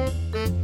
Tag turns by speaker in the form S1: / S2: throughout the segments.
S1: 好的，好的，好的，好的，
S2: 好的，好的，好的，好的，的好的
S3: 好的，好的，好的，好的，好的，好的，
S4: 好的，好的，
S5: 好的，好的，好的，好的，好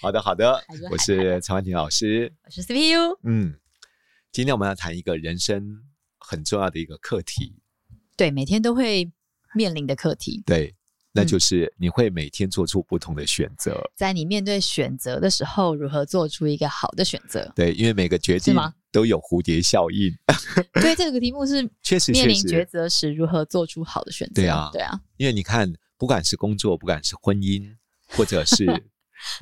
S4: 好的，好的
S2: 还是，
S4: 我是曹婉婷老师。
S2: 我是 CPU。
S4: 嗯，今天我们要谈一个人生很重要的一个课题，
S2: 对，每天都会面临的课题，
S4: 对，那
S2: 嗯
S4: 就是你会每天做出不同的选择。
S2: 在你面对选择的时候，如何做出一个好的选择？
S4: 对，因为每个决
S2: 是
S4: 定
S2: 吗
S4: 都有蝴蝶效应，
S2: 对，这个题目是
S4: 确实
S2: 面
S4: 确
S2: 临抉
S4: 实。
S2: 择时如何做出好的选择。
S4: 对啊
S2: 对啊，
S4: 因为你看，不管是工作，不管是婚姻，或者是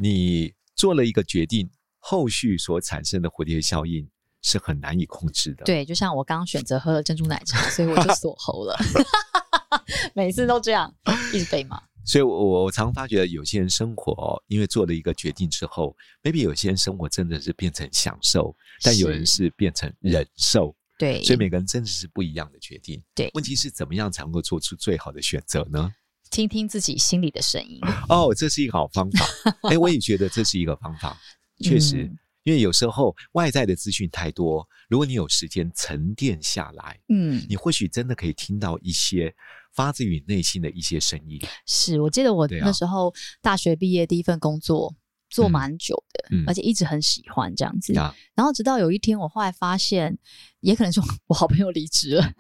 S4: 你做了一个决定，后续所产生的蝴蝶效应是很难以控制的。，
S2: 对，就像我刚选择喝了珍珠奶茶，所以我 就锁喉了。 每次都这样，一直被骂。
S4: 所以我我我常发觉有些人生活，因为做了一个决定之后，maybe 有些人生活真的是变成享受，但有人是变成忍受。
S2: 对，
S4: 所以每个人真的是不一样的决定。
S2: 对
S4: 问题是怎么样才能够做出最好的选择呢？
S2: 听听自己心里的声音。
S4: 哦，这是一个好方法。哎，我也觉得这是一个方 法， 确实，
S2: 嗯
S4: 因为有时候外在的资讯太多，如果你有时间沉淀下来，
S2: 嗯，
S4: 你或许真的可以听到一些发自于内心的一些声音。
S2: 是我记得我
S4: 对啊
S2: 那时候大学毕业第一份工作做
S4: 嗯
S2: 蛮久的，
S4: 嗯啊
S2: 而且一直很喜欢这样子。
S4: 呀，
S2: 然后直到有一天，我后来发现，也可能是我我好朋友离职 了，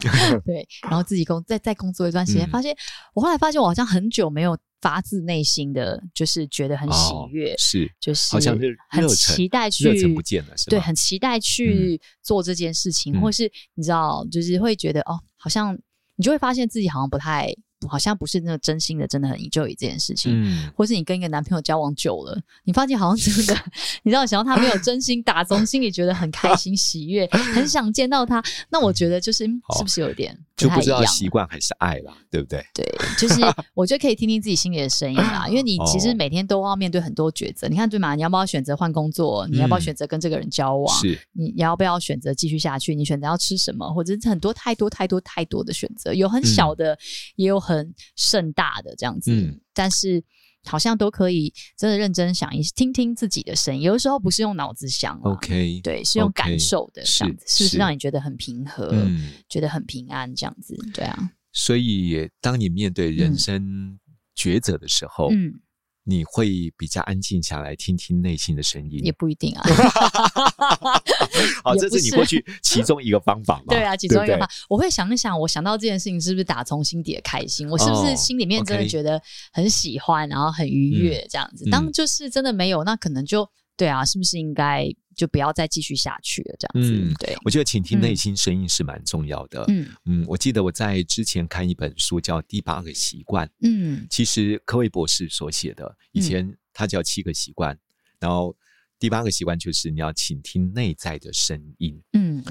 S2: 对，然后自己工在在工作一段时间，
S4: 嗯
S2: 发现我后来发现我好像很久没有发自内心的，就是觉得很喜
S4: 哦
S2: 悦，
S4: 是
S2: 就是
S4: 好像是
S2: 很
S4: 热忱
S2: 期待去
S4: 热忱不见了，是吧？
S2: 对，很期待去做这件事情，
S4: 嗯
S2: 或是你知道，就是会觉得哦，好像你就会发现自己好像不太，好像不是那个真心的，真的很 enjoy 这件事情。
S4: 嗯，
S2: 或是你跟一个男朋友交往久了，你发现好像真的， 你知道，想要他没有真心打从心里觉得很开心、喜悦，很想见到他，那我觉得就是嗯
S4: 好
S2: 是不是有点
S4: 就
S2: 太
S4: 不
S2: 一
S4: 知道
S2: 样？
S4: 习惯还是爱啦，对不对？
S2: 对，就是 我觉得可以听听自己心里的声音啦，因为你其实
S4: 哦
S2: 每天都要面对很多抉择。你看对吗？你要不要选择换工作？你要不要
S4: 嗯
S2: 选择跟这个人交往？
S4: 是，
S2: 你你要不要选择继续下去？你选择要吃什么，或者是很多太多太多太多的选择，有很小的，也有很盛大的这样子。
S4: 嗯
S2: 但是好像都可以真的认真想一听听自己的声音，有的时候不是用脑子想啊、
S4: OK，，
S2: 对，是用
S4: OK，
S2: 感受的
S4: 是
S2: 这样子，是不是
S4: 是
S2: 让你觉得很平和，
S4: 嗯，
S2: 觉得很平安这样子？对啊，
S4: 所以当你面对人
S2: 嗯
S4: 生抉择的时候，
S2: 嗯，
S4: 你会比较安静下来，听听内心的声音
S2: 也。不一定啊。
S4: 好，
S2: 也
S4: 这
S2: 不
S4: 是你
S2: 是
S4: 过去其中一个方法嘛？
S2: 对啊，其中一个
S4: 对不
S2: 嘛
S4: 对，
S2: 我会想一想，我想到这件事情是不是打从心底的开心？我是不是
S4: 哦
S2: 心里面真的
S4: OK
S2: 觉得很喜欢，然后很愉悦这样子？
S4: 嗯
S2: 当就是真的没有，那可能就对啊，是不是应该就不要再继续下去了？这样子，
S4: 嗯
S2: 对，
S4: 我觉得倾听内心声音是蛮重要的。
S2: 嗯
S4: 嗯，我记得我在之前看一本书叫《第八个习惯》，
S2: 嗯
S4: 其实科威博士所写的，以前他叫七个习惯，然后第八个习惯就是你要倾听内在的声音。
S2: 嗯，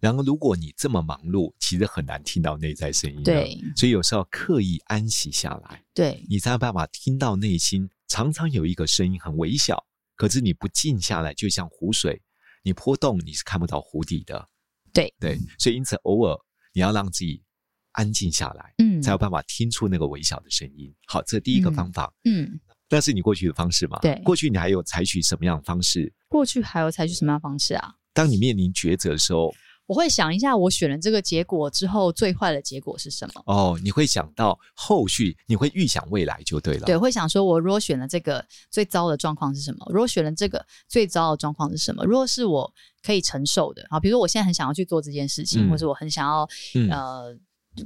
S4: 然后，如果你这么忙碌，其实很难听到内在声音。
S2: 对，
S4: 所以有时候刻意安息下来，
S2: 对，
S4: 你才有办法听到内心。常常有一个声音很微小，可是你不静下来，就像湖水，你波动你是看不到湖底的。
S2: 对
S4: 对，所以因此偶尔你要让自己安静下来，
S2: 嗯
S4: 才有办法听出那个微小的声音。好，这第一个
S2: 嗯
S4: 方法。
S2: 嗯，
S4: 那是你过去的方式嘛？
S2: 对
S4: 过去你还有采取什么样的方式？
S2: 过去还有采取什么样的方式啊？
S4: 当你面临抉择的时候，
S2: 我会想一下，我选了这个结果之后，最坏的结果是什么？
S4: 哦，你会想到后续，你会预想未来就对了。
S2: 对，，会想说，我如果选了这个，最糟的状况是什么？如果选了这个，最糟的状况是什么？如果是我可以承受的，好，比如说我现在很想要去做这件事情，
S4: 嗯
S2: 或者我很想要、
S4: 嗯
S2: 呃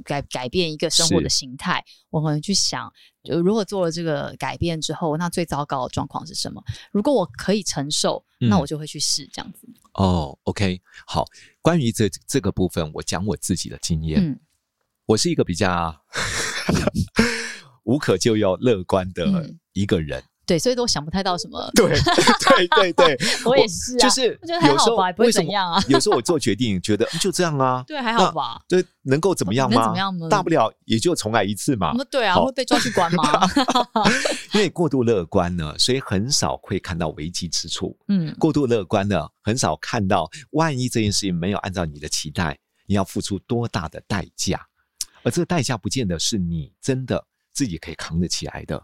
S2: 改改变一个生活的
S4: 是
S2: 形态，我可能去想，就如果做了这个改变之后，那最糟糕的状况是什么？如果我可以承受，那
S4: 嗯
S2: 我就会去试这样子。
S4: 哦，OK，好。关于这这个部分，我讲我自己的经验。
S2: 嗯
S4: 我是一个比较无可救药、乐观的
S2: 嗯
S4: 一个人，
S2: 对，所以都想不太到什么。
S4: 对对对对，
S2: 我也是啊，
S4: 就是
S2: 我觉得还
S4: 有时
S2: 好
S4: 候
S2: 吧，也不会
S4: 为什
S2: 怎
S4: 么
S2: 样啊。
S4: 有时候我做决定，觉得嗯就这样啊，
S2: 对，还好吧。
S4: 对，能够怎么样
S2: 能
S4: 吗？
S2: 哦怎么样呢
S4: 大不了也就重来一次嘛。
S2: 那对啊，
S4: 好
S2: 会被抓去关吗？
S4: 因为过度乐观呢，所以很少会看到危机之处。
S2: 嗯，
S4: 过度乐观呢，很少看到万一这件事情没有按照你的期待，你要付出多大的代价，而这个代价不见得是你真的自己可以扛得起来的。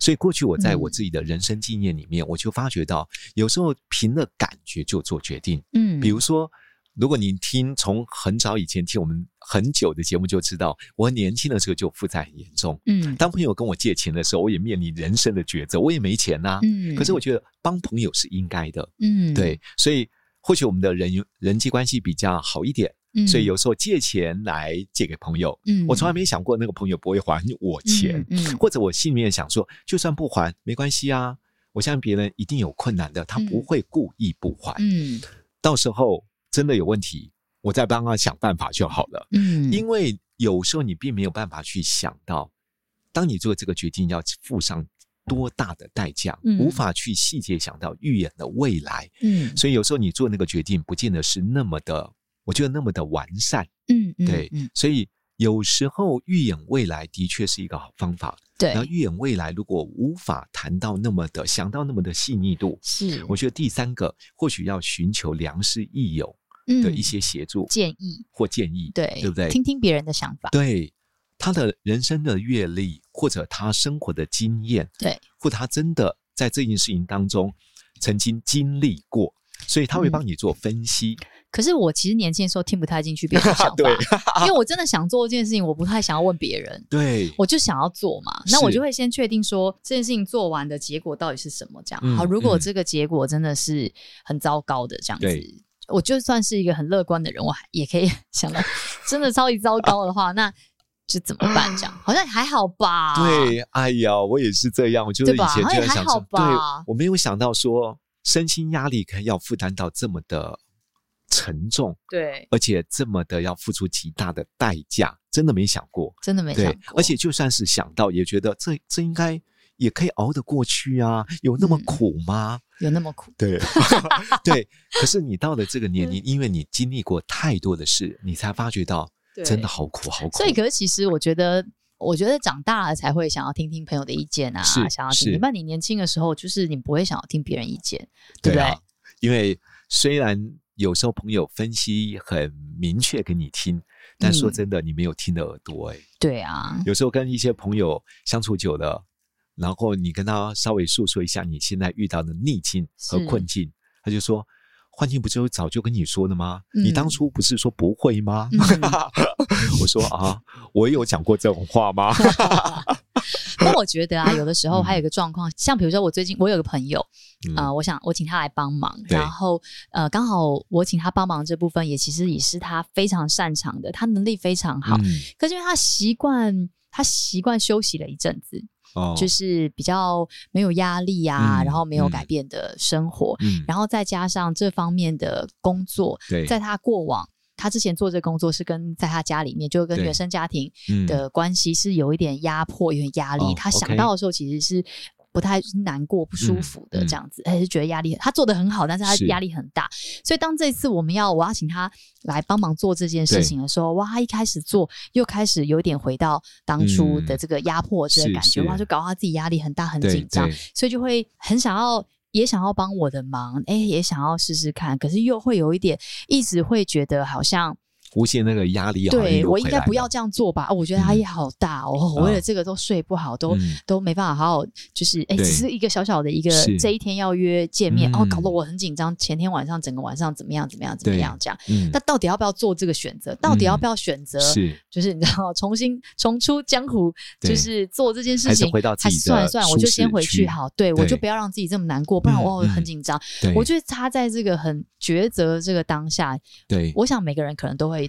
S4: 所以过去我在
S2: 嗯
S4: 我自己的人生经验里面，我就发觉到，有时候凭了感觉就做决定。
S2: 嗯，
S4: 比如说，如果你听从很早以前听我们很久的节目就知道，我年轻的时候就负债很严重。
S2: 嗯
S4: 当朋友跟我借钱的时候，我也面临人生的抉择，我也没钱呐、
S2: 嗯，
S4: 可是我觉得帮朋友是应该的，
S2: 嗯，
S4: 对，所以或许我们的人人际关系比较好一点，
S2: 嗯，
S4: 所以有时候借钱来借给朋友，
S2: 嗯，
S4: 我从来没想过那个朋友不会还我钱，
S2: 嗯嗯
S4: 或者我心里面想说，就算不还没关系啊，我相信别人一定有困难的，他不
S2: 嗯
S4: 会故意不还，
S2: 嗯
S4: 到时候真的有问题，我再帮他想办法就好了。
S2: 嗯，
S4: 因为有时候你并没有办法去想到，当你做这个决定要付上多大的代价，
S2: 嗯
S4: 无法去细节想到预演的未来，
S2: 嗯
S4: 所以有时候你做那个决定，不见得是那么的，我觉得那么的完善。
S2: 嗯嗯
S4: 对，
S2: 嗯
S4: 所以有时候预演未来的确是一个好方法。然后
S2: 对
S4: 预演未来，如果无法谈到那么的，想到那么的细腻度，
S2: 是
S4: 我觉得第三个或许要寻求良师益友的一
S2: 嗯
S4: 些协助
S2: 建议，
S4: 或建议，
S2: 对
S4: 对不对？
S2: 听听别人的想法，
S4: 对他的人生的阅历，或者他生活的经验，
S2: 对，
S4: 或他真的在这件事情当中曾经经历过，所以他会
S2: 嗯
S4: 帮你做分析。
S2: 可是我其实年轻的时候听不太进去别 人的想
S4: 对
S2: 法，因为我真的想做这件事情，我不太想要问别人。
S4: 对，
S2: 我就想要做嘛，那
S4: 是
S2: 我就会先确定说这件事情做完的结果到底是什么，这样。
S4: 嗯
S2: 好，如果
S4: 嗯
S2: 这个结果真的是很糟糕的这样
S4: 对
S2: 子，我就算是一个很乐观的人，我还也可以 想到真的超级糟糕的话，那就怎么办？这样好像还好吧？，
S4: 对，哎呀，我也是这样，我就是
S2: 对
S4: 以
S2: 吧
S4: 前
S2: 哎
S4: 就在
S2: 还
S4: 想
S2: 好
S4: 说，对
S2: 吧
S4: 我没有想到说身心压力可以要负担到这么的沉重，
S2: 对，
S4: 而且这么的要付出极大的代价，真的没想过。
S2: 真的没想
S4: 对
S2: 过，，
S4: 而且就算是想到，也觉得这这应该也可以熬得过去啊，有那么
S2: 嗯
S4: 苦吗？
S2: 有那么苦，
S4: 对， 对。可是你到了这个年
S2: 嗯
S4: 龄，因为你经历过太多的事，你才发觉到
S2: 对
S4: 真的好苦，好苦。
S2: 所以，可是其实我觉得，我觉得长大了才会想要听听朋友的意见啊，
S4: 是
S2: 想要听
S4: 是。
S2: 那你年轻的时候，就是你不会想要听别人意见，对
S4: 对
S2: 不对？
S4: 啊，因为虽然有时候朋友分析很明确给你听，但说
S2: 嗯
S4: 真的，你没有听的耳朵、欸。
S2: 对啊，
S4: 有时候跟一些朋友相处久了，然后你跟他稍微诉说一下你现在遇到的逆境和
S2: 是
S4: 困境，他就说：“幻境不就早就跟你说了吗？
S2: 嗯
S4: 你当初不是说不会吗？”
S2: 嗯
S4: 我 说：“啊，我有讲过这种话吗
S2: 但我觉得啊，有的时候还有一个状况，像比如说我最近我有个朋友，？”啊，
S4: 嗯
S2: 我想我请他来帮忙，
S4: 对
S2: 然后呃，刚好我请他帮忙这部分也其实也是他非常擅长的，他能力非常好，
S4: 嗯
S2: 可是因为他习惯他习惯休息了一阵子，
S4: 哦
S2: 就是比较没有压力啊，
S4: 嗯
S2: 然后没有
S4: 嗯
S2: 改变的生活，
S4: 嗯，
S2: 然后再加上这方面的工作，
S4: 对
S2: 在他过往。他之前做这工作是跟在他家里面，就跟
S4: 对
S2: 原生家庭
S4: 嗯
S2: 的关系是有一点压迫、有点压力。
S4: 哦
S2: 他想
S4: OK
S2: 到的时候其实是不太难过、不舒服的
S4: 嗯嗯
S2: 这样子，还是觉得压力很。他做的很好，但是他
S4: 是
S2: 压力很大。所以当这次我们要我要请他来帮忙做这件事
S4: 对
S2: 情的时候，哇，他一开始做又开始有点回到当初的
S4: 嗯
S2: 这个压迫这个
S4: 是
S2: 感觉，
S4: 是
S2: 哇，就搞到他自己压力很大、很
S4: 对
S2: 紧张
S4: 对。
S2: 所以就会很想要，也想要帮我的忙，哎、也想要试试看，可是又会有一点，一直会觉得好像
S4: 无限那个压力好像啊又回来
S2: 对
S4: 了，
S2: 我应该不要这样做吧？哦、我觉得压力好大哦，我为了
S4: 啊
S2: 这个都睡不好，都、
S4: 嗯
S2: 都没办法好好，就是哎、
S4: 对
S2: 只是一个小小的一个
S4: 是
S2: 这一天要约见面，哦，
S4: 嗯
S2: 搞得我很紧张，前天晚上整个晚上怎么样怎么样怎么
S4: 对
S2: 样这样。
S4: 嗯
S2: 那到底要不要做这个选择？到底要
S4: 嗯
S2: 不要选择？
S4: 是
S2: 就是你知道，重新重出江湖，
S4: 对
S2: 就是做这件事
S4: 还是
S2: 情，
S4: 回到自己的
S2: 算了算了，我就
S4: 舒适
S2: 先回去
S4: 区
S2: 好，对我就
S4: 对
S2: 不要让自己这么难过，不然
S4: 嗯
S2: 我
S4: 嗯
S2: 很紧张。
S4: 对，
S2: 我觉得他在这个很抉择这个当下，
S4: 对，
S2: 我想每个人可能都会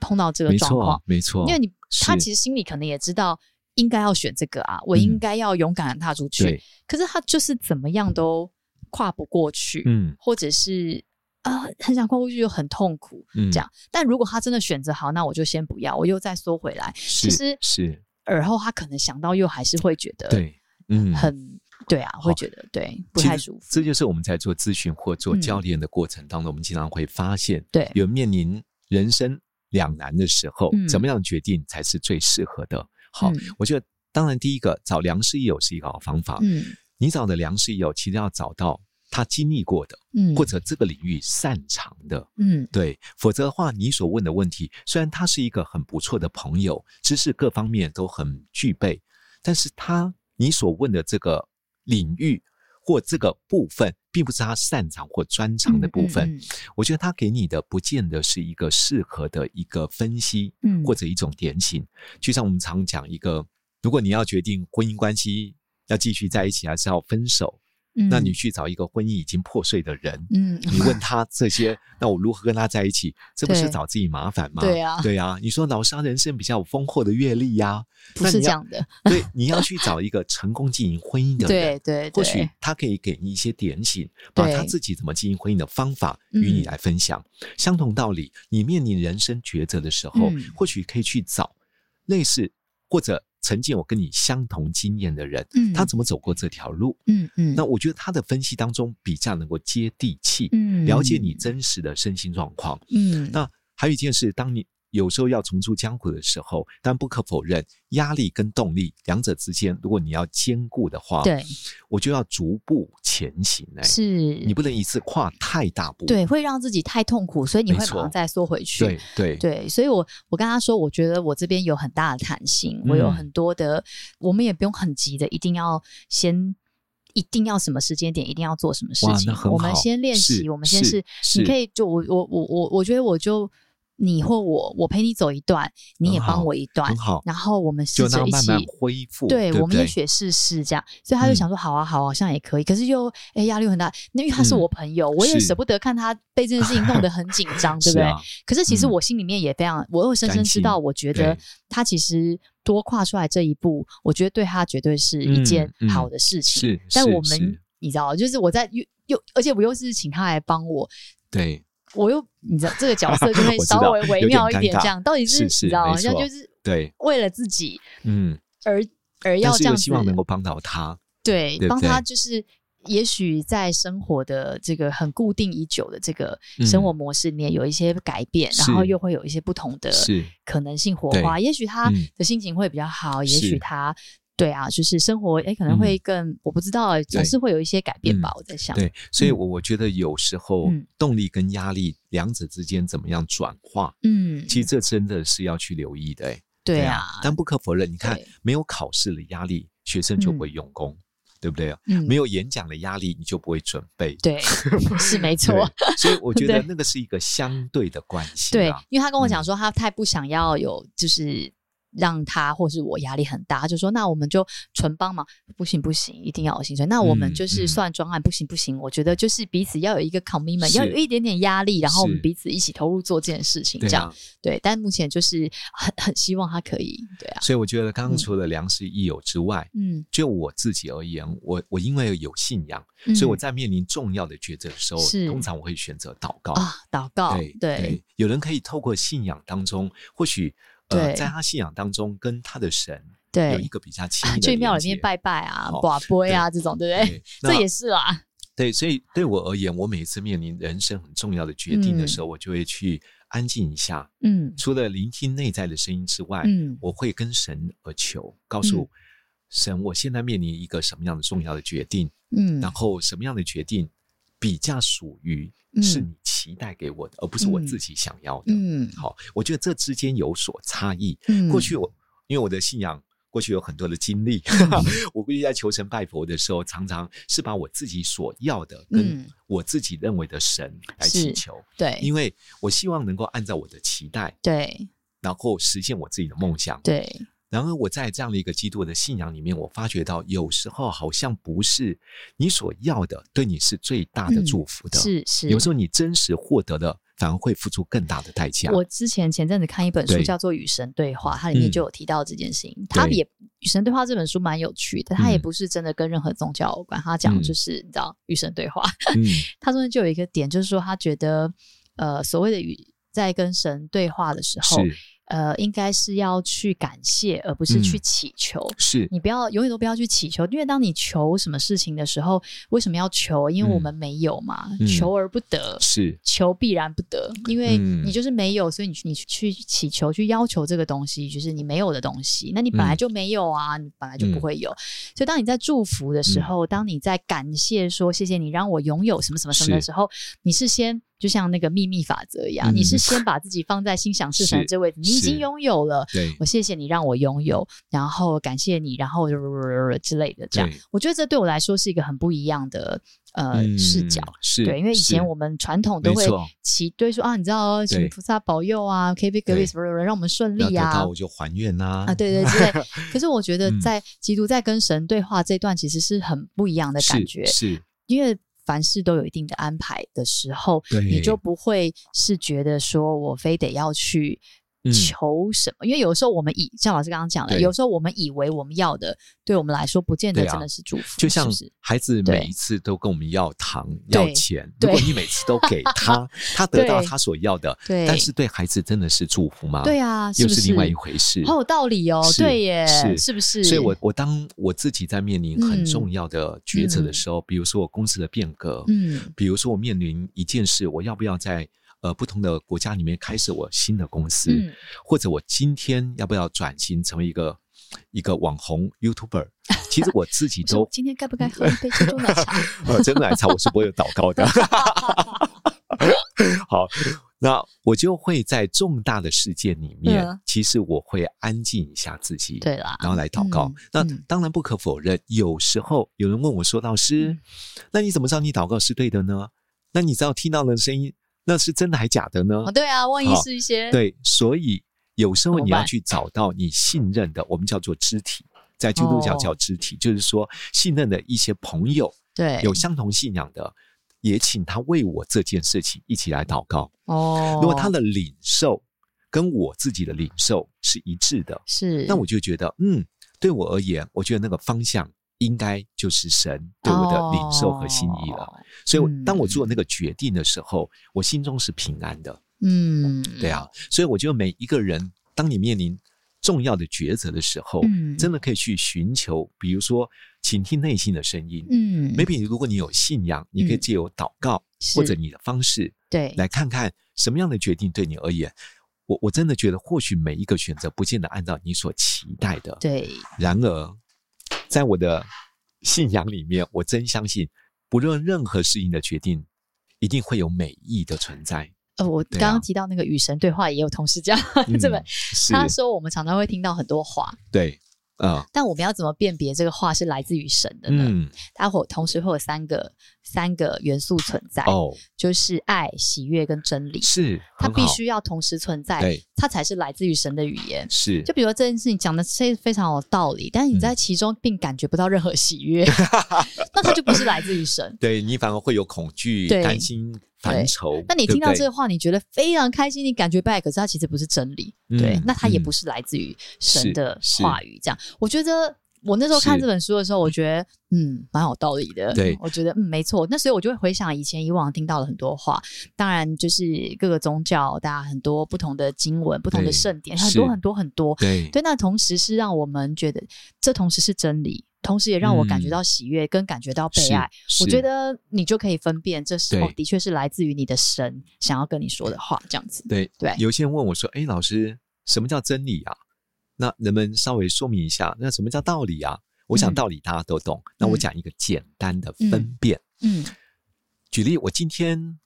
S2: 碰到这个
S4: 没
S2: 状况
S4: 错，，没错，
S2: 因为你他
S4: 哦是
S2: 其实心里可能也知道应该要选这个啊，我应
S4: 嗯
S2: 该要勇敢的踏出去，
S4: 对，
S2: 可是他就是怎么样都跨不过去，
S4: 嗯
S2: 或者是啊、呃很想跨过去又很痛苦，
S4: 嗯，
S2: 这样。但如果他真的选择好，那我就先不要，我又再缩回来。
S4: 是
S2: 实
S4: 是，
S2: 而后他可能想到又还是会觉得
S4: 对，嗯，
S2: 呃很。对啊，会觉得对不
S4: 其
S2: 太
S4: 实
S2: 舒服。
S4: 这就是我们在做咨询或做
S2: 嗯
S4: 教练的过程当中，我们经常会发现，
S2: 对
S4: 有面临人生两难的时候，
S2: 嗯
S4: 怎么样决定才是最适合的？好，
S2: 嗯
S4: 我觉得当然第一个找良师益友是一个好方法。
S2: 嗯
S4: 你找的良师益友，其实要找到他经历过的，
S2: 嗯，
S4: 或者这个领域擅长的。
S2: 嗯
S4: 对，否则的话，你所问的问题，虽然他是一个很不错的朋友，知识各方面都很具备，但是他你所问的这个领域或这个部分，并不是他擅长或专长
S2: 嗯
S4: 的部分。，我觉得他给你的不见得是一个适合的一个分析，
S2: 嗯
S4: 或者一种点醒。就像我们常讲一个，如果你要决定婚姻关系要继续在一起还是要分手，
S2: 嗯
S4: 那你去找一个婚姻已经破碎的人，
S2: 嗯
S4: 你问他这些，那我如何跟他在一起？这不是
S2: 对
S4: 找自己麻烦吗？
S2: 对啊
S4: 对啊。你说老沙人生比较有丰厚的阅历呀、
S2: 不
S4: 那
S2: 是
S4: 你
S2: 这
S4: 要
S2: 样的，
S4: 对，你要去找一个成功经营婚姻的
S2: 对
S4: 人，
S2: 对
S4: 或许
S2: 对，
S4: 他可以给你一些点醒，把他
S2: 对
S4: 自己怎么经营婚姻的方法与你
S2: 嗯
S4: 来分享。相同道理，你面临人生抉择的时候，
S2: 嗯
S4: 或许可以去找类似或者曾经有跟你相同经验的人，
S2: 嗯
S4: 他怎么走过这条路。
S2: 嗯嗯，
S4: 那我觉得他的分析当中比较能够接地气，
S2: 嗯
S4: 了解你真实的身心状况。
S2: 嗯
S4: 那还有一件事，当你有时候要重出江湖的时候，但不可否认，压力跟动力两者之间，如果你要兼顾的话，
S2: 对
S4: 我就要逐步前行、欸。
S2: 是
S4: 你不能一次跨太大步。
S2: 对会让自己太痛苦，所以你
S4: 没
S2: 会马上
S4: 错
S2: 再缩回去。
S4: 对对
S2: 对，所以我我跟他说，我觉得我这边有很大的弹性，我有
S4: 嗯
S2: 很多的，我们也不用很急的，一定要先。一定要什么时间点，一定要做什么事
S4: 哇
S2: 情
S4: 那。很
S2: 我们
S4: 好
S2: 先练
S4: 是
S2: 习，我们先
S4: 是
S2: 试。你
S4: 是
S2: 可以就我我我我，我觉得我就你或我，我陪你走一段，你也
S4: 很
S2: 帮
S4: 好
S2: 我一段
S4: 很，好，
S2: 然后我们试
S4: 就那
S2: 着
S4: 样
S2: 一
S4: 慢
S2: 起
S4: 慢恢复，
S2: 对，
S4: 不嗯
S2: 我们也许也试试这样，所以他就想说，好啊，好啊，好像也可以，可是又哎压力很大，那因为他是
S4: 嗯
S2: 我朋友，我也
S4: 是
S2: 舍不得看他被这件事情弄得很 紧张，对不
S4: 是
S2: 对？
S4: 啊
S2: 可是其实
S4: 嗯
S2: 我心里面也非常，我又深深
S4: 担
S2: 知
S4: 心
S2: 道，我觉得
S4: 对
S2: 他其实多跨出来这一步，我觉得对他绝对是一件
S4: 嗯嗯
S2: 好的事情。
S4: 是
S2: 但
S4: 是
S2: 我们
S4: 是
S2: 你知道，就是我在又又，而且我又是请他来帮我，
S4: 对
S2: 我又你知道这个角色 就会
S4: 我知
S2: 稍
S4: 道
S2: 微微
S4: 有点
S2: 妙一点，
S4: 尴尬
S2: 这样到底
S4: 是
S2: 你
S4: 是
S2: 知道，好
S4: 没
S2: 像
S4: 错
S2: 就是
S4: 对，
S2: 为了自己
S4: 嗯，
S2: 而而要
S4: 但是
S2: 这
S4: 又
S2: 样
S4: 希
S2: 子。
S4: 望能够帮到他，
S2: 对，
S4: 对不
S2: 帮他
S4: 对
S2: 就是，也许在生活的这个很固定已久的这个生活
S4: 嗯
S2: 模式里面有一些改变，
S4: 是
S2: 然后又会有一些不同的
S4: 是
S2: 可能性火花。也许他
S4: 嗯
S2: 的心情会比较好，也
S4: 是嗯
S2: 许他对啊，就是生活哎可能会更、我不知道，总
S4: 对
S2: 是会有一些改变
S4: 嗯
S2: 吧。我在想，
S4: 对，所以
S2: 嗯
S4: 我我觉得有时候
S2: 嗯
S4: 动力跟压力两者之间怎么样转化，
S2: 嗯，
S4: 其实这真的是要去留意的、哎，
S2: 对
S4: 啊
S2: 啊，，
S4: 但不可否认，你看
S2: 对
S4: 没有考试的压力，学生
S2: 嗯
S4: 就不会用功，对不对？
S2: 嗯
S4: 没有演讲的压力，你就不会准备。
S2: 对是没错
S4: 对，。所以我觉得
S2: 对
S4: 那个是一个相对的关系
S2: 对
S4: 啊。，
S2: 因为他跟我讲说，他太不想要有，就是让他或是我压力很大，他就说那我们就纯帮忙，不行不行，一定要有薪水。那我们
S4: 嗯
S2: 就是
S4: 嗯
S2: 算专案，不行不行，我觉得就是彼此要有一个 commitment，
S4: 是
S2: 要有一点点压力，然后我们
S4: 是
S2: 彼此一起投入做这件事情，这
S4: 对
S2: 样
S4: 啊，
S2: 对。但目前就是很很希望他可以，对啊，
S4: 所以我觉得刚
S2: 嗯
S4: 刚除了良师益友之外，
S2: 嗯，
S4: 就我自己而言，我我因为有信仰，
S2: 嗯
S4: 所以我在面临重要的抉择的时候，
S2: 是
S4: 通常我会选择祷告。
S2: 啊祷告，
S4: 对
S2: 对，
S4: 有人可以透过信仰当中，或许呃，
S2: 对
S4: 在他信仰当中跟他的神有一
S2: 对，啊
S4: 个比较亲密的
S2: 去庙
S4: 连
S2: 里面
S4: 接
S2: 拜拜啊，
S4: 好
S2: 寡杯啊
S4: 对
S2: 这种，对不对？
S4: 对，
S2: 这
S4: 那
S2: 也是啊啦，
S4: 对，所以对我而言，我每一次面临人生很重要的决定的时候，我就会去安静一下，
S2: 嗯
S4: 除了聆听内在的声音之外，
S2: 嗯
S4: 我会跟神而求，告诉神，我现在面临一个什么样的重要的决定，
S2: 嗯
S4: 然后什么样的决定比较属于
S2: 嗯
S4: 是你期待给我的，而不是我自己想要的。
S2: 嗯
S4: 好，我觉得这之间有所差异。
S2: 嗯，
S4: 过去我因为我的信仰。过去有很多的经历，
S2: 嗯
S4: 我估计在求神拜佛的时候，常常是把我自己所要的跟
S2: 嗯
S4: 我自己认为的神来
S2: 是
S4: 祈求，
S2: 对
S4: 因为我希望能够按照我的期待，
S2: 对
S4: 然后实现我自己的梦想。
S2: 对。
S4: 然而，我在这样的一个基督的信仰里面，我发觉到有时候好像不是你所要的，对你是最大的
S2: 嗯
S4: 祝福的。
S2: 是是，
S4: 啊有时候你真实获得的，反而会付出更大的代价。
S2: 我之前前阵子看一本书
S4: 对
S2: 叫做《与神对话》，它里面
S4: 嗯
S2: 就有提到这件事情。它
S4: 对
S2: 也《与神对话》这本书蛮有趣的，它也
S4: 嗯
S2: 不是真的跟任何宗教有关，它讲的
S4: 嗯
S2: 就是你知道与神对话。
S4: 嗯，
S2: 它中间就有一个点，就是说他觉得呃所谓的与在跟神对话的时候，
S4: 是
S2: 呃，应该是要去感谢，而不是去
S4: 嗯
S2: 祈求。
S4: 是
S2: 你不要永远都不要去祈求，因为当你求什么事情的时候，为什么要求？因为我们没有嘛，
S4: 嗯
S2: 求而不得，
S4: 是，
S2: 求必然不得，因为
S4: 嗯
S2: 你就是没有，所以你去你去祈求、去要求这个东西，就是你没有的东西。那你本来
S4: 嗯
S2: 就没有啊，你本来就
S4: 嗯
S2: 不会有。所以当你在祝福的时候，当你在感谢说“谢谢你让我拥有什么什么什么”的
S4: 是
S2: 时候，你是先就像那个秘密法则一样，
S4: 嗯
S2: 你是先把自己放在心想事成的
S4: 是
S2: 这位置，你已经
S4: 是
S2: 拥有了。
S4: 对
S2: 我谢谢你让我拥有，然后感谢你，然后之类的，这样
S4: 对，
S2: 我觉得这对我来说是一个很不一样的呃视角。
S4: 嗯是，
S2: 对，因为以前
S4: 是
S2: 我们传统都
S4: 没
S2: 会
S4: 错
S2: 祈对说啊，你知道哦请
S4: 对
S2: 菩萨保佑啊，K B 各位
S4: 对
S2: 什么什么，让我们顺
S4: 要
S2: 利
S4: 得
S2: 啊
S4: 到我就还愿呐
S2: 啊，，对对之类。可是我觉得
S4: 嗯
S2: 在基督在跟神对话这段，其实是很不一样的感
S4: 是
S2: 觉，
S4: 是
S2: 因为凡事都有一定的安排的时候，
S4: 对
S2: 你就不会是觉得说我非得要去
S4: 嗯
S2: 求什么，因为有时候我们以像老师刚刚讲的，
S4: 对
S2: 有时候我们以为我们要的，对我们来说不见得
S4: 对啊
S2: 真的是祝福，
S4: 就像
S2: 是
S4: 孩子
S2: 对
S4: 每一次都跟我们要糖
S2: 对
S4: 要 钱，
S2: 对
S4: 如果你每次都给他，他得到
S2: 对
S4: 他所要的，
S2: 对
S4: 但是对孩子真的是祝福吗？
S2: 不是对啊，是
S4: 又
S2: 不
S4: 是
S2: 是
S4: 另外一回事。
S2: 好有道理哦，
S4: 是
S2: 对耶，
S4: 是
S2: 是不是？
S4: 所以我，我当我自己在面临很
S2: 嗯
S4: 重要的抉择的时候，比如说我公司的变革，
S2: 嗯
S4: 比如说我面临一件事，我要不要在呃不同的国家里面开设我新的公司，
S2: 嗯
S4: 或者我今天要不要转型成为一个一个网红 YouTuber？其实我自己
S2: 我说
S4: 都
S2: 我今天该不该喝一杯珍珠奶 茶？
S4: 呃，真的奶茶我是不会有祷告的。 好，那我就会在重大的事件里面，
S2: 嗯
S4: 其实我会安静一下自己，
S2: 对啦，
S4: 然后来祷告。
S2: 嗯
S4: 那
S2: 嗯
S4: 当然不可否认，有时候有人问我说：“老
S2: 嗯
S4: 师，那你怎么知道你祷告是对的呢？那你知道听到的声音，那是真的还假的呢
S2: 哦，对啊，万一是一些，
S4: 对，所以有时候
S2: 怎么
S4: 你要
S2: 办
S4: 去找到你信任的，我们叫做肢体，在基督教
S2: 哦
S4: 叫肢体，就是说信任的一些朋友。
S2: 对，
S4: 有相同信仰的，也请他为我这件事情一起来祷告。
S2: 哦，
S4: 如果他的领受跟我自己的领受是一致的，
S2: 是，
S4: 那我就觉得，嗯，对我而言，我觉得那个方向应该就是神对我的领受和心意了。
S2: 哦，
S4: 所以我
S2: 嗯，
S4: 当我做那个决定的时候，我心中是平安的。
S2: 嗯，
S4: 对啊，所以我觉得每一个人，当你面临重要的抉择的时候，
S2: 嗯
S4: 真的可以去寻求，比如说，倾听内心的声音，
S2: 嗯
S4: maybe 如果你有信仰，你可以
S2: 嗯
S4: 借由祷告、
S2: 是
S4: 或者你的方式
S2: 对，
S4: 来看看什么样的决定对你而言。我我真的觉得，或许每一个选择不见得按照你所期待的。
S2: 对，
S4: 然而，在我的信仰里面，我真相信，不论任何事情的决定，一定会有美意的存在。
S2: 呃，我
S4: 对啊
S2: 刚刚提到那个与神对话，也有同事这样， 这本
S4: 嗯是
S2: 他说我们常常会听到很多话，
S4: 对，呃，
S2: 但我们要怎么辨别这个话是来自于神的呢？
S4: 嗯，
S2: 它会有同时会有三个三个元素存在，
S4: 哦，
S2: 就是爱、喜悦跟真理，
S4: 是，
S2: 它
S4: 很
S2: 必
S4: 好
S2: 须要同时存在，
S4: 对，
S2: 它才是来自于神的语言。
S4: 是
S2: 就比如说这件事情讲的非非常有道理，但是你
S4: 嗯
S2: 在其中并感觉不到任何喜 悦，那它就不是来自于神。
S4: 对你反而会有恐惧、
S2: 对
S4: 担心、
S2: 对
S4: 烦愁。
S2: 那你
S4: 对
S2: 听
S4: 不
S2: 到
S4: 对
S2: 这话，你觉得非常开心，你感觉 b 可是它其实不是真理，对
S4: 嗯，
S2: 那它也
S4: 嗯
S2: 不是来自于神
S4: 是
S2: 的
S4: 是
S2: 话语。这样，我觉得我那时候看
S4: 是
S2: 这本书的时候，我觉得嗯，蛮有道理的。
S4: 对
S2: 我觉得嗯，没错。那所以我就会回想以前以往听到了很多话，当然就是各个宗教，大家很多不同的经文、不同的
S4: 对
S2: 圣典，很多
S4: 是
S2: 很多很多。
S4: 对
S2: 对，那同时是让我们觉得这同时是真理，同时也让我感觉到喜悦，跟感觉到被
S4: 嗯是
S2: 爱。啊我
S4: 是
S2: 觉得你就可以分辨，这是
S4: 对
S2: 哦，的确是来自于你的神想要跟你说的话，这样子。
S4: 对
S2: 对
S4: 有些人问我说：“哎，老师，什么叫真理啊？那能不能稍微说明一下？那什么叫道理啊？”我想
S2: 嗯
S4: 道理大家都懂，那我
S2: 嗯
S4: 讲一个简单的分辨。
S2: 嗯
S4: 举例，我今天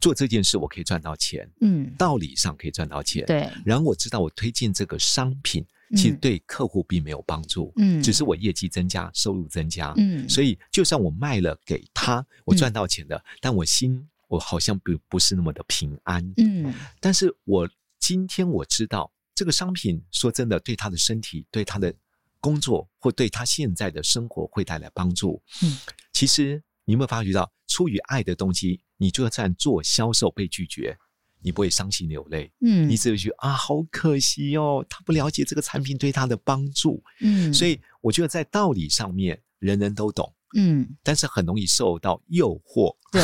S4: 做这件事，我可以赚到钱，
S2: 嗯，
S4: 道理上可以赚到钱。。
S2: 对，
S4: 然后我知道我推荐这个商品，其实
S2: 嗯
S4: 对客户并没有帮助，
S2: 嗯
S4: 只是我业绩增加，收入增加。
S2: 嗯，
S4: 所以，就算我卖了给他，我
S2: 嗯
S4: 赚到钱了，但我心我好像不不是那么的平安。
S2: 嗯
S4: 但是我今天我知道这个商品，说真的，对他的身体、对他的工作或对他现在的生活会带来帮助。
S2: 嗯，
S4: 其实你有没有发觉到，出于爱的东西，你就算做销售被拒绝，你不会伤心流泪，
S2: 嗯，
S4: 你只会觉得啊，好可惜哦，他不了解这个产品对他的帮助。
S2: 嗯，
S4: 所
S2: 以
S4: 以我觉得在道理上面，人人都懂，
S2: 嗯，
S4: 但是很容易受到诱惑。
S2: 对，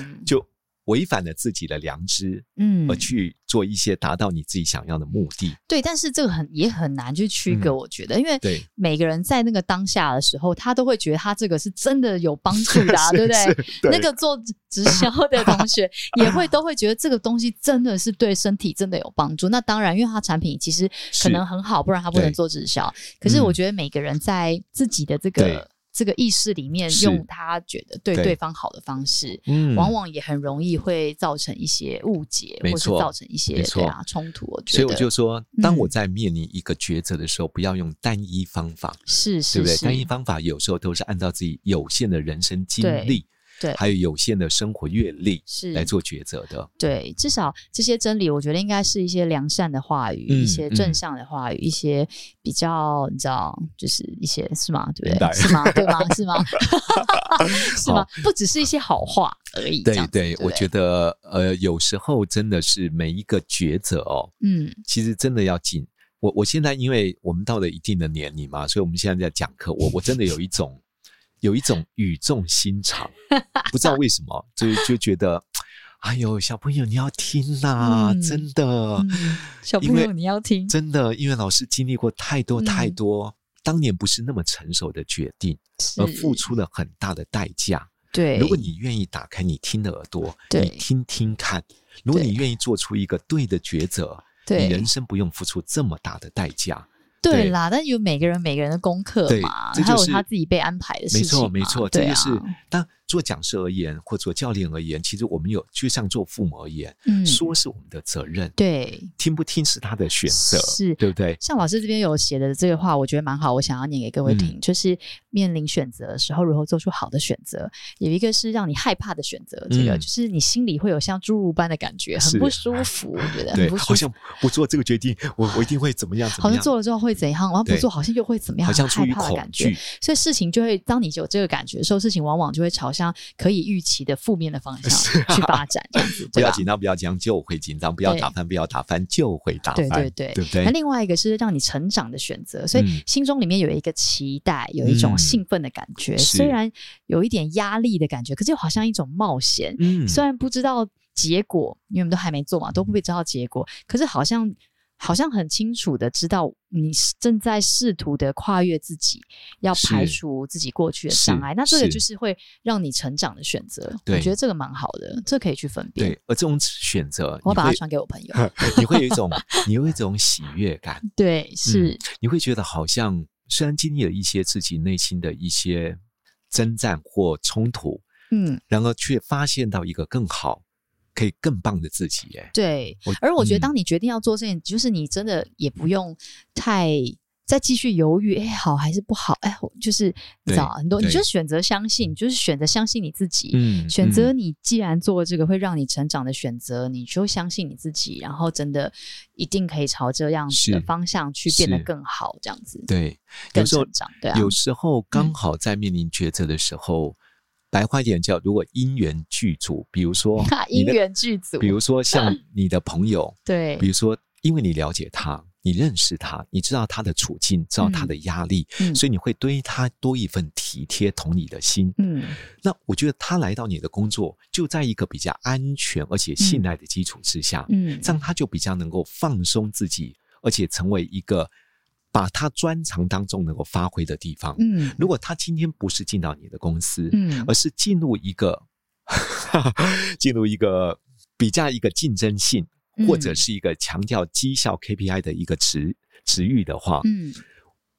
S2: 嗯
S4: 就违反了自己的良知，
S2: 嗯
S4: 而去做一些达到你自己想要的目的。
S2: 对，但是这个很也很难去区隔，
S4: 嗯
S2: 我觉得，因为
S4: 对
S2: 每个人在那个当下的时候，他都会觉得他这个是真的有帮助的、 啊，对不对？
S4: 对
S2: 那个做直销的同 学也会都会觉得这个东西真的是对身体真的有帮助。那当然，因为它产品其实
S4: 是
S2: 可能很好，不然它不能
S4: 对嗯
S2: 做直销。可是我觉得每个人在自己的这
S4: 对
S2: 个这个意识里面，
S4: 是
S2: 用他觉得对
S4: 对
S2: 对方好的方式。
S4: 嗯
S2: 往往也很容易会造成一些误解，
S4: 没
S2: 或是
S4: 错
S2: 造成一些
S4: 没错
S2: 对啊冲突。我觉得，
S4: 所以我就说，当
S2: 嗯
S4: 我在面临一个抉择的时候，不要用单一方法，
S2: 是
S4: 对
S2: 是
S4: 不对？
S2: 是，
S4: 单一方法有时候都是按照自己有限的人生经
S2: 对
S4: 历，
S2: 对
S4: 还有有限的生活阅历
S2: 是
S4: 来做抉择的。
S2: 对，至少这些真理，我觉得应该是一些良善的话语，
S4: 嗯
S2: 一些正
S4: 嗯
S2: 向的话语，一些比较你知道，就是一些是吗？对不
S4: 明白
S2: 对？是吗？对 吗？ 是吗？是吗
S4: 好？
S2: 不只是一些好话而已。这
S4: 对
S2: 样子
S4: 对，
S2: 不
S4: 我觉得呃，有时候真的是每一个抉择哦，
S2: 嗯，
S4: 其实真的要紧。我我现在因为我们到了一定的年龄嘛，所以我们现在在讲课，我我真的有一种有一种语重心长，不知道为什么，就就觉得，哎呦，小朋友你要听啦、
S2: 嗯
S4: 真的，
S2: 嗯小
S4: 因
S2: 朋
S4: 为
S2: 友你要听，
S4: 真的，因为老师经历过太多
S2: 嗯
S4: 太多。当年不是那么成熟的决定，
S2: 是
S4: 而付出了很大的代价。
S2: 对，
S4: 如果你愿意打开你听的耳朵，
S2: 对
S4: 你听听看，如果
S2: 对
S4: 你愿意做出一个对的抉择，你
S2: 对
S4: 人生不用付出这么大的代价。
S2: 对
S4: 对
S2: 啦，但有每个人每个人的功课
S4: 对
S2: 嘛，
S4: 这
S2: 还
S4: 就
S2: 有
S4: 是
S2: 他自己被安排的事情
S4: 没
S2: 嘛
S4: 错，没错，这
S2: 对
S4: 就
S2: 啊，
S4: 是当做讲师而言，或做教练而言，其实我们有就像做父母而言，
S2: 嗯，
S4: 说是我们的责任，
S2: 对，
S4: 听不听是他的选择，
S2: 是
S4: 对不对？
S2: 像老师这边有写的这个话，我觉得蛮好，我想要念给各位听。
S4: 嗯
S2: 就是面临选择的时候，如何做出好的选择。有一个是让你害怕的选择，这个
S4: 嗯
S2: 就是你心里会有像侏儒般的感觉，很
S4: 是啊
S2: 不舒服，我 觉得很
S4: 对，
S2: 不
S4: 好
S2: 舒服。
S4: 像不做这个决定，我我一定会怎么样怎
S2: 好像
S4: 么样，
S2: 做了之后会怎样，然后不
S4: 对
S2: 做好像又会怎么样，
S4: 好像出
S2: 很
S4: 于
S2: 害怕的
S4: 恐
S2: 感觉
S4: 惧。，
S2: 所以事情就会，当你有这个感觉的时候，事情往往就会朝向可以预期的负面的方向去发展，这样子，
S4: 啊 不
S2: 对
S4: 要
S2: 吧？
S4: 紧张，不要紧张，就会紧张；不要
S2: 对
S4: 打翻，不要打翻，就会打
S2: 对
S4: 翻，
S2: 对对
S4: 对不对
S2: 那？另外一个是让你成长的选择，所以
S4: 嗯
S2: 心中里面有一个期待，有一种
S4: 嗯
S2: 兴奋的感觉，
S4: 是
S2: 虽然有一点压力的感觉，可是又好像一种冒险。
S4: 嗯
S2: 虽然不知道结果，因为我们都还没做嘛，都不会知道结
S4: 嗯
S2: 果，可是好像。好像很清楚的知道你是正在试图的跨越自己，要
S4: 是
S2: 排除自己过去的障碍。
S4: 是
S2: 那这个
S4: 是
S2: 就是会让你成长的选择。我
S4: 对
S2: 觉得这个蛮好的，这可以去分辨
S4: 对。，而这种选择，
S2: 我
S4: 你
S2: 把它
S4: 会
S2: 传给我朋友。
S4: 你会有一种，你会有一种喜悦感，
S2: 对，是，
S4: 你会觉得好像虽然经历了一些自己内心的一些征战或冲突，
S2: 嗯，
S4: 然而却发现到一个更好、可以更棒的自己。耶。
S2: 对
S4: 我，
S2: 而我觉得，
S4: 嗯
S2: 当你决定要做这件，就是你真的也不用太再继续犹豫，哎，好还是不好？哎，我就是你知道
S4: 对
S2: 很多，你
S4: 对
S2: 就选择相信，你就是选择相信你自己。
S4: 嗯
S2: 选择
S4: 嗯
S2: 你既然做了这个会让你成长的选择，你就相信你自己，然后真的一定可以朝这样子的
S4: 是
S2: 方向去变得
S4: 是
S2: 更好，这样子
S4: 对，
S2: 更
S4: 有时候
S2: 成长，对啊，
S4: 有时候刚好在面临抉择的时候，白话一点叫如果因缘具足，比 如说你
S2: 因
S4: 的，
S2: 缘具足，
S4: 比如 说像你的朋友，
S2: 对
S4: 比如说因为你了解他，你认识他，你知道他的处境，知道他的压力，
S2: 嗯
S4: 所以你会对他多一份体贴、同理的心。
S2: 嗯
S4: 那我觉得他来到你的工作，就在一个比较安全而且信赖的基础之下，
S2: 嗯
S4: 这样他就比较能够放松自己，而且成为一个把他专长当中能够发挥的地方。
S2: 嗯
S4: 如果他今天不是进到你的公司，
S2: 嗯
S4: 而是进入一个 进入一个比较一个竞争性，
S2: 嗯
S4: 或者是一个强调绩效 KPI 的一个职职域的话，
S2: 嗯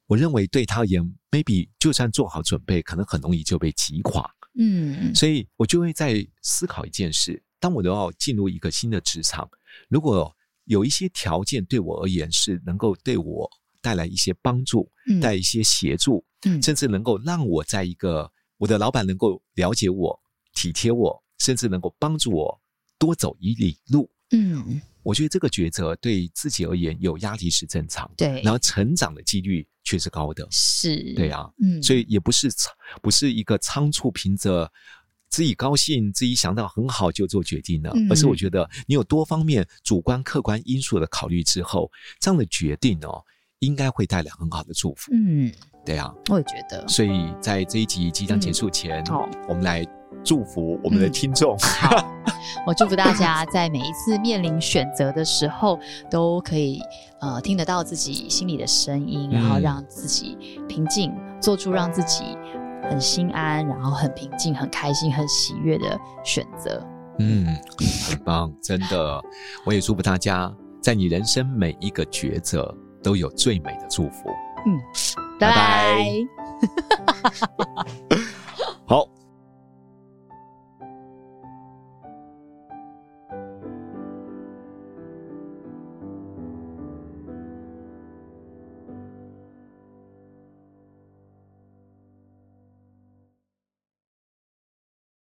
S4: 我认为对他而言，maybe 就算做好准备，可能很容易就被击垮。
S2: 嗯
S4: 所以我就会在思考一件事：当我都要进入一个新的职场，如果有一些条件对我而言是能够对我带来一些帮助，
S2: 嗯
S4: 带来一些协助，
S2: 嗯
S4: 甚至能够让我在一个我的老板能够了解我、体贴我，甚至能够帮助我多走一里路。
S2: 嗯
S4: 我觉得这个抉择对自己而言有压力是正常的，
S2: 对
S4: 然后成长的几率却是高的，
S2: 是，
S4: 对啊，
S2: 嗯，
S4: 所以也不是仓不是一个仓促凭着自己高兴、自己想到很好就做决定了，
S2: 嗯
S4: 而是我觉得你有多方面主观、客观因素的考虑之后，这样的决定哦，应该会带来很好的祝福，
S2: 嗯，
S4: 对啊。
S2: 我也觉得，
S4: 所以在这一集即将结束前，
S2: 嗯哦
S4: 我们来祝福我们的
S2: 嗯
S4: 听众。
S2: 我祝福大家在每一次面临选择的时候，都可以呃听得到自己心里的声音，然后
S4: 嗯
S2: 让自己平静，做出让自己很心安，然后很平静、很开心、很喜悦的选择。
S4: 嗯，很棒，真的，我也祝福大家，在你人生每一个抉择都有最美的祝福。
S2: 拜
S4: 拜
S2: 拜
S4: 拜。